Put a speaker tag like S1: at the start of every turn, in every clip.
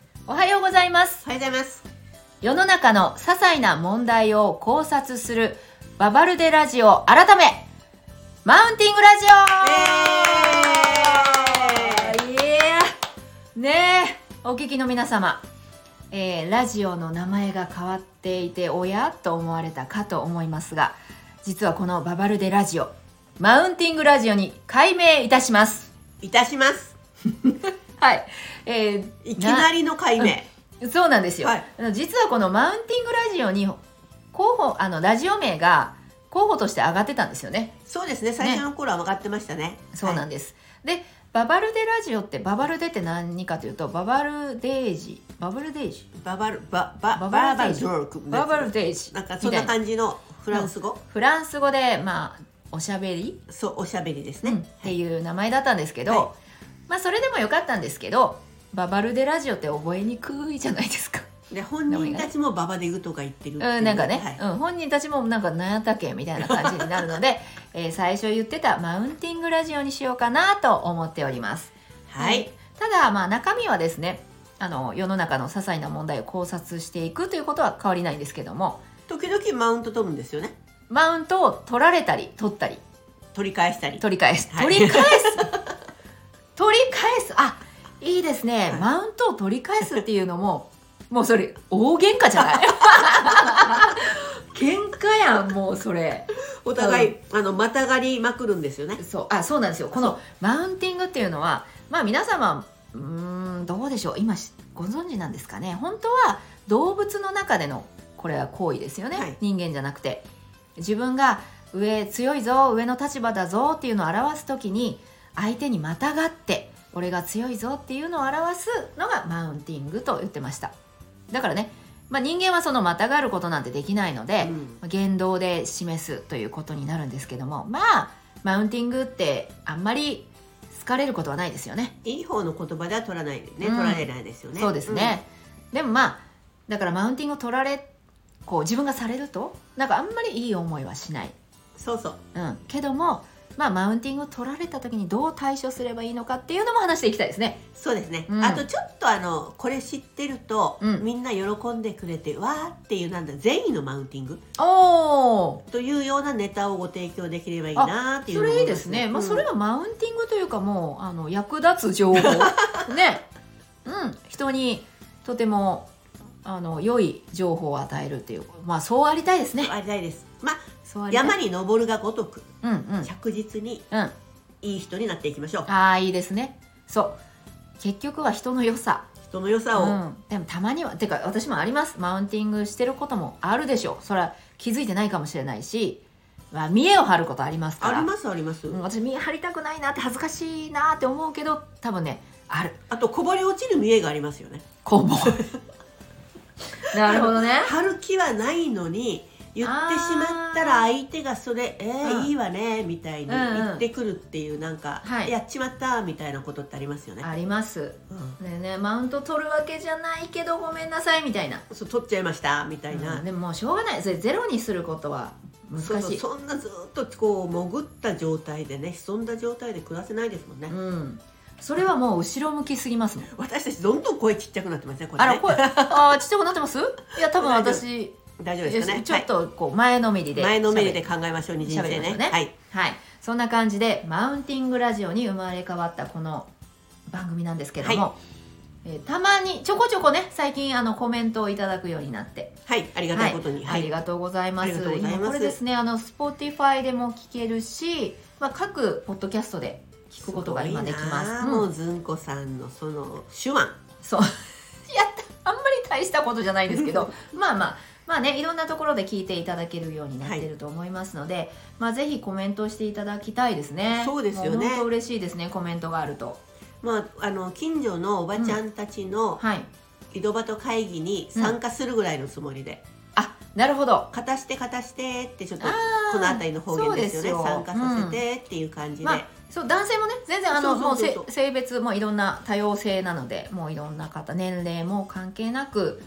S1: ございます
S2: おはようございます。
S1: 世の中の些細な問題を考察するババルデラジオ改めマウンティングラジオ、いやねえお聞きの皆様えーラジオの名前が変わっていておやと思われたかと思いますが実はこのババルデラジオマウンティングラジオに改名いたします
S2: いたします。
S1: はいえー
S2: いきなりの解明。
S1: そうなんですよ、
S2: はい
S1: あの実はこのマウンティングラジオに候補あのラジオ名が候補として上がってたんですよね
S2: そうですね。最初の頃は分かってましたね。
S1: そうなん
S2: で
S1: です、でババルデラジオってババルデって何かというとババルデージババルデージ
S2: す。ババルババ
S1: バ
S2: バ
S1: バ
S2: バ
S1: ルデー
S2: ル
S1: ジ
S2: ドークみたい
S1: バ
S2: な
S1: バルデージ
S2: なんかそんな
S1: みたい
S2: 感じのフランス語。
S1: フランス語でまあおしゃべり、
S2: そうおしゃべりです
S1: うんっ
S2: ね。
S1: ていう名前だったんですけど、
S2: は
S1: まあそれでもよかったんですけどババルデラジオって覚えにくいじゃないですか
S2: で本人たちもババでグとか言ってるっていう
S1: うん、なんかね、
S2: はい
S1: うん、本人たちもなんか何やったっけみたいな感じになるの で、えー最初言ってたマウンティングラジオにしようかなと思っております。
S2: はい。
S1: ただまあ中身はですねあの世の中の些細な問題を考察していくということは変わりないんですけども
S2: 時々マウント取るんですよね。
S1: マウントを取られたり取ったり
S2: 取り返したり。
S1: 取り返す
S2: はい
S1: 取り返す、 取り返すあいいですね、
S2: はい
S1: マウントを取り返すっていうのももうそれ大喧嘩じゃ ない喧嘩やんもうそれ。
S2: お互いあのまたがりまくるんですよね。
S1: そうあそうなんですよこのマウンティングっていうのはまあ皆様うーんどうでしょう今しご存知なんですかね本当は動物の中でのこれは行為ですよね、
S2: はい
S1: 人間じゃなくて自分が上強いぞ上の立場だぞっていうのを表す時に相手にまたがって俺が強いぞっていうのを表すのがマウンティングと言ってましただからね、まあ、人間はそのまたがることなんてできないので、
S2: うん
S1: 言動で示すということになるんですけどもまあマウンティングってあんまり好かれることはないですよね
S2: いい方の言葉では取らないでね、
S1: うん
S2: 取られないですよね。
S1: そうですね、でもまあだからマウンティングを取られこう自分がされるとなんかあんまりいい思いはしない、
S2: うん。そうそう。
S1: うん、けどもまあマウンティングを取られた時にどう対処すればいいのかっていうのも話していきたいですね
S2: そうですね、
S1: うん
S2: あとちょっとあのこれ知ってると、
S1: うん
S2: みんな喜んでくれてわーっていうなんだ善意のマウンティング
S1: おお
S2: というようなネタをご提供できればいいなーっていう
S1: それいいですね、まあ、それ
S2: は
S1: はマウンティングというかもうあの役立つ情 報ねうん人にとてもあの良い情報を与えるっていうまあそうありたいですね
S2: ありたいですまあ
S1: そうありたい
S2: 山に登るがごとく
S1: うんうん
S2: 着実に
S1: うん
S2: いい人になっていきましょう
S1: ああいいですねそう結局は人の良さ、
S2: 人の良
S1: う
S2: さを、
S1: ん、でもたまにはてか私もありますマウンティングしてることもあるでしょうそれは気づいてないかもしれないし、まあ、見栄を張ることありますか
S2: あ
S1: ら
S2: りますあります、
S1: うん、私見栄張りたくないなって恥ずかしいなって思うけど多分ねある
S2: あとこぼれ落ちる見栄がありますよね
S1: こぼ なるほどね
S2: 貼る気はないのに言ってしまったら相手がそれ「えー
S1: うん
S2: いいわね」みたいに
S1: うんうん
S2: 言ってくるっていうなんか、
S1: はい
S2: やっちまったみたいなことってありますよね、
S1: あります
S2: うん
S1: ねえねえマウント取るわけじゃないけどごめんなさいみたいな、
S2: そう取っちゃいましたみたいな、
S1: うんでももうしょうがないそれゼロにすることは難しい
S2: そうそうそんなずっとこう潜った状態でね潜んだ状態で暮らせないですもんね、
S1: うんそれはもう後ろ向きすぎますもん
S2: 私たちどんどん声ちっちゃくなってますねこれ
S1: あ
S2: ね
S1: ら声あーちっちゃくなってますいや多分私
S2: 大丈夫ですかね
S1: ちょっとこう前のめりで
S2: はい、前のめりで考えましょうに人生
S1: 喋りましょ
S2: ね
S1: うね
S2: はい
S1: はい、そんな感じでマウンティングラジオに生まれ変わったこの番組なんですけども、
S2: は
S1: えーたまにちょこちょこね最近あのコメントをいただくようになって
S2: はいありがたいことに
S1: は
S2: はい
S1: あり
S2: い、
S1: がとうございま
S2: あり
S1: す
S2: がとうございます
S1: 今これですねあの Spotify でも聞けるし、まあ、各ポッドキャストで聞くことが今できます
S2: ごいなあ
S1: うん
S2: もうずんこさんのその手腕
S1: そう やったあんまり大したことじゃないですけどまあまあまあねいろんなところで聞いていただけるようになってると思いますので、まあぜひコメントしていただきたいですね
S2: そうですよね
S1: も本当嬉しいですねコメントがあると
S2: まああの近所のおばちゃんたちの
S1: はい
S2: 井戸端会議に参加するぐらいのつもりで
S1: あなるほど
S2: 「勝たして勝たして」ってちょっと
S1: あー
S2: この辺りの方言ですよね
S1: そうですよ
S2: 参加させてっていう感じで、
S1: まあそう男性もね全然あの
S2: そうそうそうそう
S1: もうせ性別もいろんな多様性なのでもういろんな方年齢も関係なく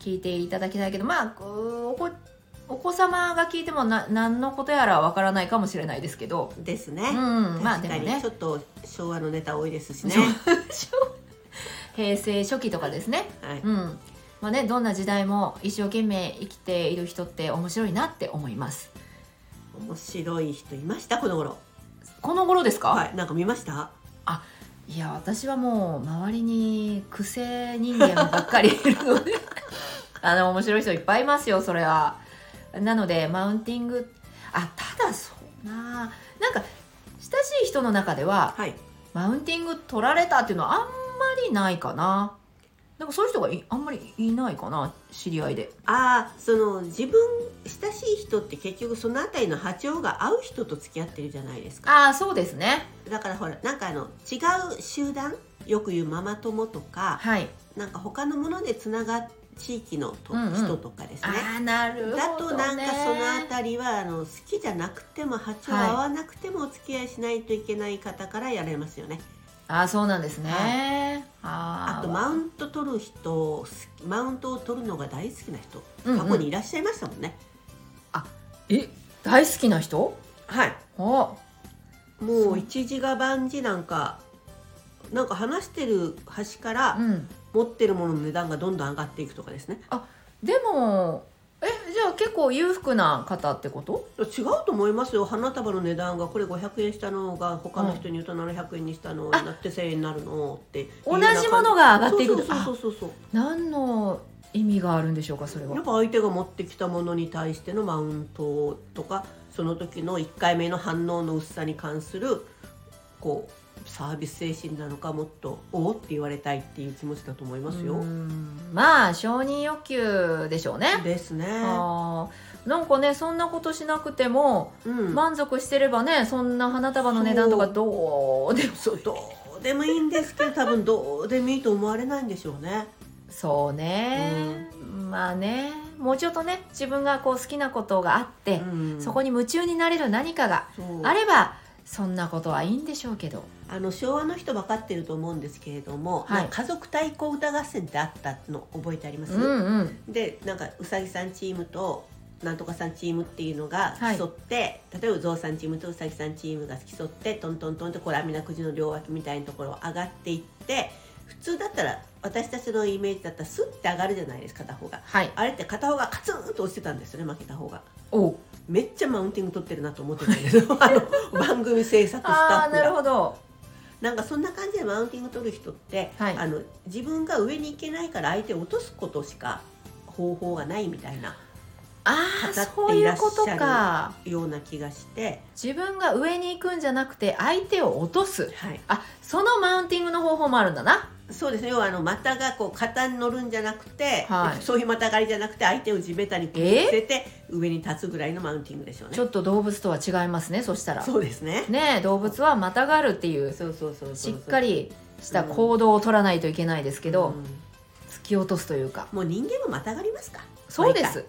S1: 聞いていただきたいけどまあこうお子お子様が聞いてもな何のことやらわからないかもしれないですけど、
S2: ですね、
S1: うん、まあ
S2: 確
S1: で
S2: か
S1: も
S2: に
S1: ね
S2: ちょっと昭和のネタ多いですしね
S1: そう昭和平成初期とかですね、
S2: はい、
S1: うんまあね、どんな時代も一生懸命生きている人って面白いなって思います
S2: 面白い人いましたこの頃
S1: この頃ですか、
S2: はいなんか見ました
S1: い、や私はもう周りに癖人間ばっかりいるので あの面白い人いっぱいいますよそれはなのでマウンティングあただそうななんか親しい人の中では
S2: はい
S1: マウンティング取られたっていうのはあんまりないかななんかそういう人がいあんまりいないかな知り合いで
S2: ああその自分親しい人って結局その辺りの波長が合う人と付き合ってるじゃないですか
S1: ああそうですね
S2: だからほらなんかあの違う集団よく言うママ友とか
S1: はい
S2: なんか他のものでつながっ地域のと、
S1: うんうん
S2: 人とかですね
S1: ああなるほど、ね、
S2: だとなんかそのあたりはあの好きじゃなくても波長合わなくてもお付き合いしないといけない方からやれますよね、
S1: ああそうなんですね、あ
S2: あとマウント取る人好きマウントを取るのが大好きな人
S1: うんうん
S2: 過去にいらっしゃいましたもんね、
S1: え大好きな人
S2: はい
S1: お
S2: もう一時が万事なんかなんか話してる端から
S1: うん
S2: 持ってるものの値段がどんどん上がっていくとかですね
S1: でもえじゃあ結構裕福な方ってこと
S2: 違うと思いますよ花束の値段がこれ500円したのが他の人に言うと700円にしたのになって1000円になるのっていうよ
S1: 同
S2: うな感
S1: じものが上がっていく
S2: そうそうそうそうそう
S1: あ何の意味があるんでしょうかそれは
S2: やっぱ相手が持ってきたものに対してのマウントとかその時の1回目の反応の薄さに関するこうサービス精神なのかもっと「おお」って言われたいっていう気持ちだと思います
S1: う
S2: よ。
S1: んまあ承認欲求でしょうね
S2: ですね。
S1: あーなんかねそんなことしなくても
S2: うん、
S1: 満足してればねそんな花束の値段とかどうでも
S2: そうどうでもいいんですけど多分どうでもいいと思われないんでしょうね。
S1: そうね、まあねもうちょっとね自分がこう好きなことがあって、
S2: うん、
S1: そこに夢中になれる何かが
S2: そう
S1: あればそんなことはいいんでしょうけど
S2: あの昭和の人分かってると思うんですけれども、
S1: はい
S2: なんか家族対抗歌合戦ってあったの覚えてあります、
S1: うんうん
S2: でなんかうさぎさんチームとなんとかさんチームっていうのが
S1: はい
S2: 競って、例えばゾウさんチームとうさぎさんチームが競ってトントントンとこれ網なくじの両脇みたいなところを上がっていって普通だったら私たちのイメージだったらスッて上がるじゃないですか片方が
S1: はい
S2: あれって片方がカツンと落ちてたんですよね負けた方が
S1: お
S2: めっちゃマウンティング取ってるなと思ってたんですよ あの番組制作ス
S1: あ
S2: タッ
S1: ー
S2: フ
S1: なる
S2: が
S1: ほど
S2: なんかそんな感じでマウンティング取る人って、
S1: はい
S2: あの自分が上に行けないから相手を落とすことしか方法がないみたいな
S1: ああ
S2: 語
S1: そ
S2: っ
S1: う
S2: てい
S1: い
S2: ら
S1: う
S2: っしゃ
S1: こ
S2: る
S1: とか
S2: ような気がして、
S1: 自分が上に行くんじゃなくて相手を落とす
S2: はい、
S1: あそのマウンティングの方法もあるんだな
S2: そうですね要はあの股がこう肩に乗るんじゃなくて、
S1: はい
S2: そういう股狩りじゃなくて相手を地べたにくっつけて上に立つぐらいのマウンティングでしょうね
S1: ちょっと動物とは違いますねそしたら
S2: そうですね
S1: ねえ動物はまたがるっていう
S2: そうそうそうそう
S1: しっかりした行動を取らないといけないですけど、
S2: うん
S1: 突き落とすというか
S2: もう人間も股狩りますか
S1: そうで
S2: 毎回
S1: す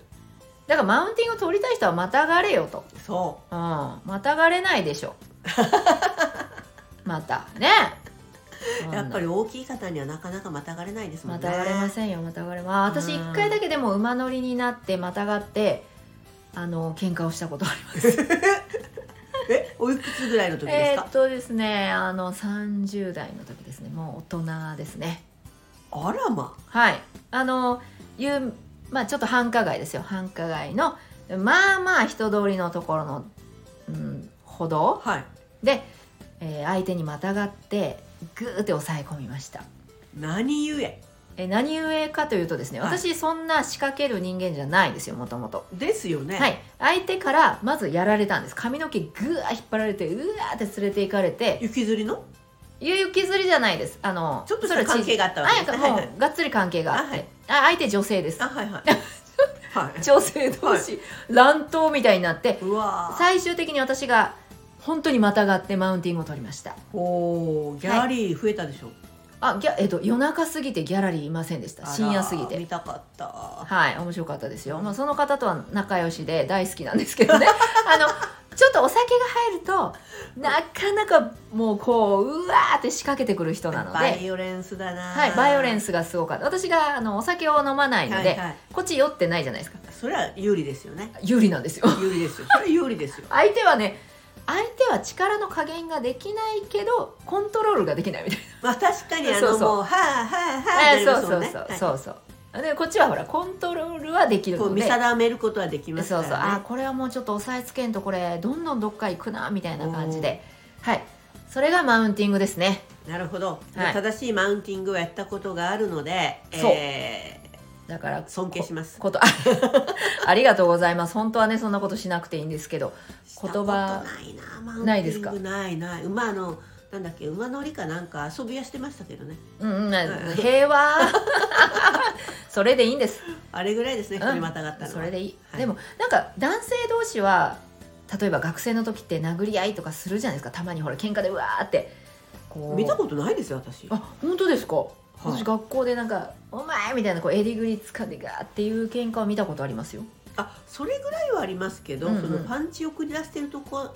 S1: だからマウンティングを取りたい人はまたがれよと、
S2: そ
S1: うん、またがれないで しょまたね
S2: うやっぱり大きい方にはなかなかまたがれないですもん
S1: ま
S2: ね
S1: たがれませんよまたがれまあ私
S2: うん
S1: 一回だけでも馬乗りになってまたがってあの喧嘩をしたことあります
S2: えおいくつぐらいの時で
S1: え
S2: す
S1: ー
S2: か
S1: っ、とですねあの30代の時ですねもう大人ですね
S2: あらま
S1: はいあのいうまあちょっと繁華街ですよ繁華街のまあまあ人通りのところの、うん、歩道
S2: はい
S1: で、えー相手にまたがってグーって抑え込みました、
S2: 何故
S1: えー何故かというとですね
S2: はい
S1: 私そんな仕掛ける人間じゃないですよもともと
S2: ですよね、
S1: はい相手からまずやられたんです髪の毛グーッ引っ張られてうわーって連れて行かれて
S2: 雪吊りの
S1: いう雪釣りじゃないですあの
S2: ちょっとした関係があったわけ
S1: はい
S2: ですね
S1: も
S2: はいはいう
S1: がっつり関係があって、
S2: あはい
S1: あ相手女性です
S2: あはいはい はい
S1: 女性同士、乱闘みたいになって
S2: うわー
S1: 最終的に私が本当にまたがってマウンティングを取りました
S2: おーギャラリー増えたでしょ、
S1: あギャ、えっと夜中すぎてギャラリーいませんでした深夜すぎ
S2: あら見
S1: て
S2: たかった
S1: はい面白かったですよ、まあ、その方とは仲良しで大好きなんですけどね あのちょっとお酒が入るとなかなかもうこううわーって仕掛けてくる人なの
S2: バ
S1: で
S2: イオレンスだな
S1: はい、バイオレン
S2: ス
S1: スがすごかった私があのお酒を飲まないので、
S2: はいはい
S1: こっち酔ってないじゃないですか
S2: それは有利ですよね
S1: 有利なんですよ
S2: 有利ですよそれは有利ですよ
S1: 相手はね相手は力の加減ができないけどコントロールができないみたい
S2: まあ確かにあの
S1: そうそう
S2: もうはあはあはあってなり
S1: な、
S2: ます
S1: そ
S2: もん
S1: う
S2: ね
S1: そうそう
S2: はい
S1: そうそう、でこっちはほらコントロールはできる
S2: こう
S1: の
S2: 見
S1: で
S2: 定めることはできます
S1: そ
S2: か
S1: うそうあ
S2: ら
S1: ーこれはもうちょっと押さえつけんとこれどんどんどっか行くなみたいな感じではいそれがマウンティングですね
S2: ねなるほど、
S1: はい
S2: 正しいマウンティングをやったことがあるので、
S1: そう
S2: え
S1: だから
S2: ー尊敬します
S1: ことあ ありがとうございます本当はねそんなことしなくていいんですけど言葉
S2: したことないな
S1: ないですか
S2: マウンティングないない馬のなんだっけ馬乗りかなんか遊びやしてましたけどね
S1: うんうん
S2: ん
S1: 平和 それでいいんです
S2: あれぐらいですね
S1: うん
S2: 一人またがったのは
S1: それでいい、
S2: はい
S1: でもなんか男性同士は例えば学生の時って殴り合いとかするじゃないですかたまにほら喧嘩でうわーってこう
S2: 見たことないですよ私
S1: あ本当ですか、
S2: い
S1: 私学校でなんか「お前!」みたいなこう襟ぐりつかんでガーっていう喧嘩を見たことありますよ
S2: あそれぐらいはありますけど、
S1: うんうん
S2: そのパンチを繰り出してるとこ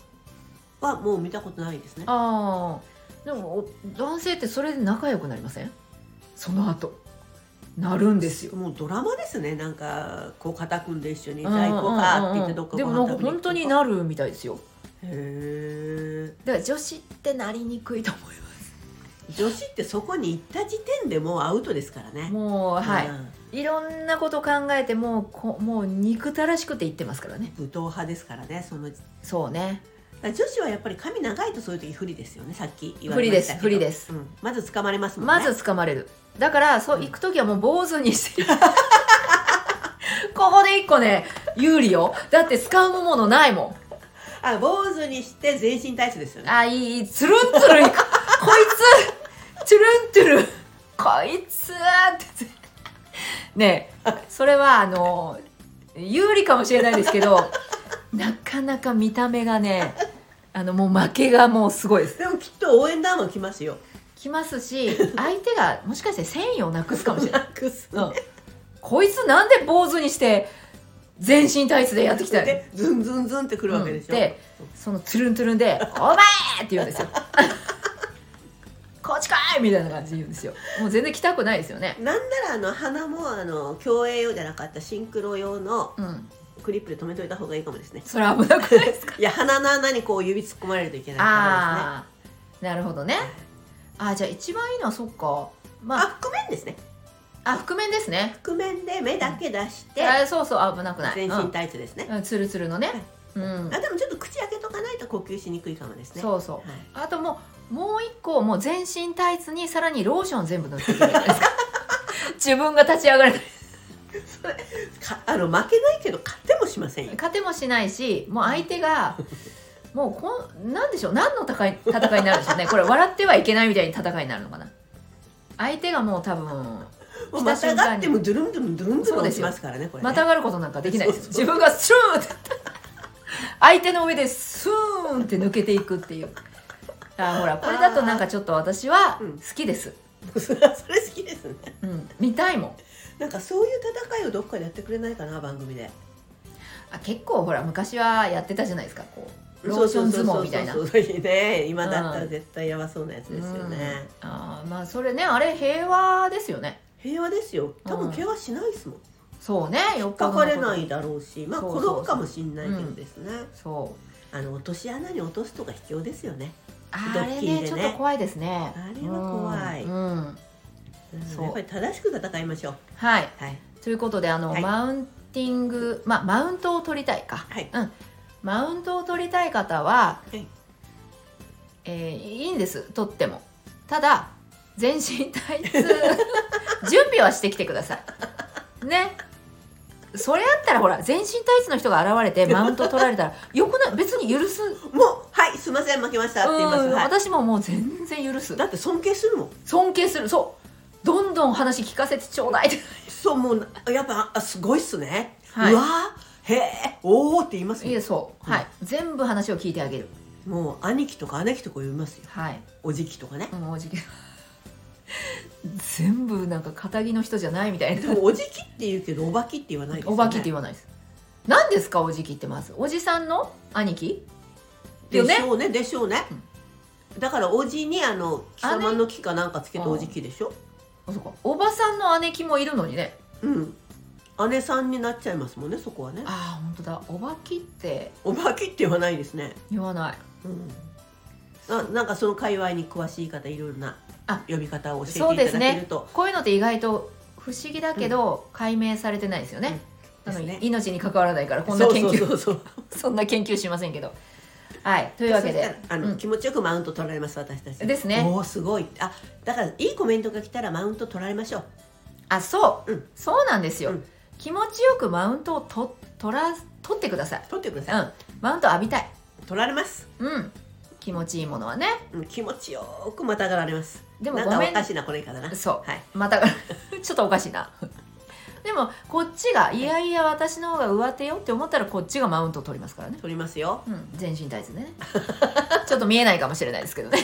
S2: はもう見たことないですね
S1: ああでもお男性ってそれで仲良くなりませんその後なるんですよ
S2: もうドラマですねなんかこう肩組んで一緒に
S1: うん
S2: じ
S1: うん
S2: ゃあ行こうかって言って
S1: うん
S2: どっ
S1: う
S2: か
S1: んで
S2: ご
S1: もなん
S2: 飯
S1: か
S2: 食べに行
S1: 本
S2: くと
S1: 当になるみたいですよ
S2: へえ
S1: だから女子ってなりにくいと思いま
S2: 女子ってそこに行った時点でもうアウトですからね
S1: すもうはい、
S2: うん
S1: いろんなこと考えてもうこもう憎たらしくて言ってますからね
S2: 武闘派ですからねそのだか
S1: そうね
S2: ら女子はやっぱり髪長いとそういう時不利ですよねさっき言わ
S1: 不
S2: れ
S1: 利
S2: ま
S1: で
S2: した
S1: す
S2: けど
S1: 不利です
S2: うん、まず捕まれますもんね
S1: まず掴まれるだからそううん行く時はもう坊主にして ここで一個ね有利よだって使うものないも
S2: あ坊主にして全身タイツですよ
S1: ん
S2: ね
S1: あいいいいつるんつるんいくこいつつるんつるんこいつって ねえそれはあの有利かもしれないですけどなかなか見た目がねあのもう負けがもうすごいです
S2: でもきっと応援団は来ますよ
S1: きますし相手がもしかして繊維をなくすかもしれない
S2: なくす
S1: うん、こいつなんで坊主にして全身タイツでやってきたの
S2: でズンズンズンってくるわけでしょ、
S1: うんでそのトゥルントゥルンで「お前!」って言うんですよ「こっち来い!」みたいな感じで言うんですよもう全然来たくないですよね
S2: なんならあの鼻もあの競泳用じゃなかったシンクロ用の
S1: うん
S2: クリップで止めといた方がいいかもですね
S1: それ危なくないですか
S2: いや鼻の穴にこう指突っ込まれるといけないから
S1: ああなるほどねあーじゃあ一番いいのはそっか
S2: です
S1: まあ
S2: ねあ覆面ですね
S1: あ覆面ですね
S2: 覆面で目だけ出して
S1: あーそうそう危なくない
S2: 全身タイツですね、
S1: うん、うん、ツルツルのねうん
S2: あでもちょっと口開けとかないと呼吸しにくいかもですね
S1: そうそう
S2: はい
S1: あともうもう一個もう全身タイツにさらにローション全部塗ってくれるじゃないですか 自分が立ち上がれない
S2: かあの負けないけど勝てもしませんよ
S1: 勝てもしないしもう相手がもうこんなんでしょう何の戦い戦いになるんでしょうねこれ笑ってはいけないみたいに戦いになるのかな相手がもう多分
S2: もうまたがってもドゥルンドゥルンドゥルンドゥ
S1: そう
S2: ルン
S1: で
S2: 落
S1: す
S2: ち
S1: よ
S2: ますからねこれね
S1: またがることなんかできないです
S2: そ
S1: 自分がスーンって相手の上でスーンって抜けていくっていうあほらこれだとなんかちょっと私は
S2: うん
S1: 好きです、
S2: それ好きですね
S1: うん、見たいもん
S2: なんかそういう戦いをどっかでやってくれないかな番組で
S1: あ結構ほら昔はやってたじゃないですかこうローション相撲みたいな
S2: そうそうそうそうね今だったら絶対やばそうなやつですよね、
S1: あーまあそれねあれ平和ですよね
S2: 平和ですよ多
S1: う
S2: 分
S1: ん
S2: 怪我しないですもん
S1: そうねよっぽ
S2: か
S1: どのこ
S2: か
S1: と
S2: れないだろうしまあ
S1: そう
S2: 転
S1: そうそう
S2: ぶかもしんないけどですね
S1: そう
S2: あの落とし穴に落とすとか必要ですよねド
S1: あ
S2: ッ
S1: れ
S2: キリで
S1: ね
S2: ね
S1: ちょっと怖いですね
S2: あれは怖い
S1: うんうん
S2: うん
S1: そう
S2: やっぱり正しく戦いましょう
S1: はい
S2: はい
S1: ということであの、
S2: はい
S1: マウンティングまあマウントを取りたいか
S2: はい
S1: マウントを取りたい方は、
S2: はい
S1: えーいいんです取ってもただ全身タイツ 準備はしてきてくださいねそれやったらほら全身タイツの人が現れ てマウント取られたらよくない別に許す
S2: もうはいすいません負けましたって言います
S1: うん
S2: はい
S1: 私ももう全然許す
S2: だって尊敬するもん
S1: 尊敬するそうどんどん話聞かせてちょう だいって
S2: そうもうやっぱあすごいっすね、
S1: はいう
S2: わーへえおおって言います
S1: い
S2: よ
S1: やそう、はい全部話を聞いてあげる
S2: もう兄貴とか姉貴とか言いますよ
S1: はい
S2: おじきとかね
S1: もうじき 全部なんか肩着の人じゃないみたい
S2: で
S1: な
S2: もおじきって言うけどおばきって言わないですよね
S1: お化けって言わないです何ですかおじきってまずおじさんの兄貴よね
S2: でしょうねでしょうね、だからおじにあの貴様の木かなんかつけて
S1: 姉
S2: おじきでしょ
S1: あそうかおばさんの姉貴もいるのにね
S2: うん姉さんになっちゃいますもんねそこはね
S1: ああ本当だおばきって
S2: おばきって言わないですね
S1: 言わない
S2: うん、あなんかその界隈に詳しい方いろいろな
S1: あ
S2: 呼び方を教
S1: そう
S2: えて
S1: で
S2: いた
S1: す
S2: だける
S1: ね
S2: と
S1: こういうのって意外と不思議だけど、解明されてないですよね、
S2: うん
S1: なの
S2: で
S1: に
S2: すね
S1: 命に関わらないからこんな研究
S2: そうそうそうそう
S1: そんな研究し ませんけどはいというわけ
S2: そ
S1: で
S2: したらあの、
S1: うん
S2: 気持ちよくマウント取られます私たち
S1: ですね
S2: おおすごいあだからいいコメントが来たらマウント取られましょう
S1: あそう、
S2: うん
S1: そうなんですよ、
S2: うん
S1: 気持ちよくマウントをと取ら取ってください
S2: 取ってください、
S1: うんマウント浴びたい
S2: 取られます、
S1: うん気持ちいいものはね
S2: うん、気持ちよくまたがられます
S1: でも
S2: なん
S1: ご
S2: か
S1: め
S2: お
S1: ん
S2: かしなこれ方な
S1: そう
S2: はい
S1: またちょっとおかしいなでもこっちがいやいや私の方が上手よって思ったらこっちがマウントを取りますからね、
S2: 取りますよ
S1: うん、全身タイツでねちょっと見えないかもしれないですけどね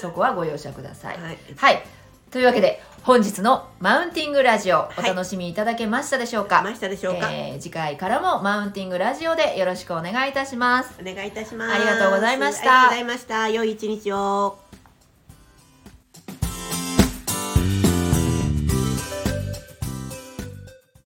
S1: そこはご容赦ください
S2: はい、
S1: はいというわけで本日のマウンティングラジオ
S2: い
S1: お楽しみいただけましたでしょうか、
S2: いましたでしょうか、
S1: えー次回からもマウンティングラジオでよろしくお願いいたします
S2: お願いいたします
S1: ありがとうございました
S2: ありがとうございました良い一日を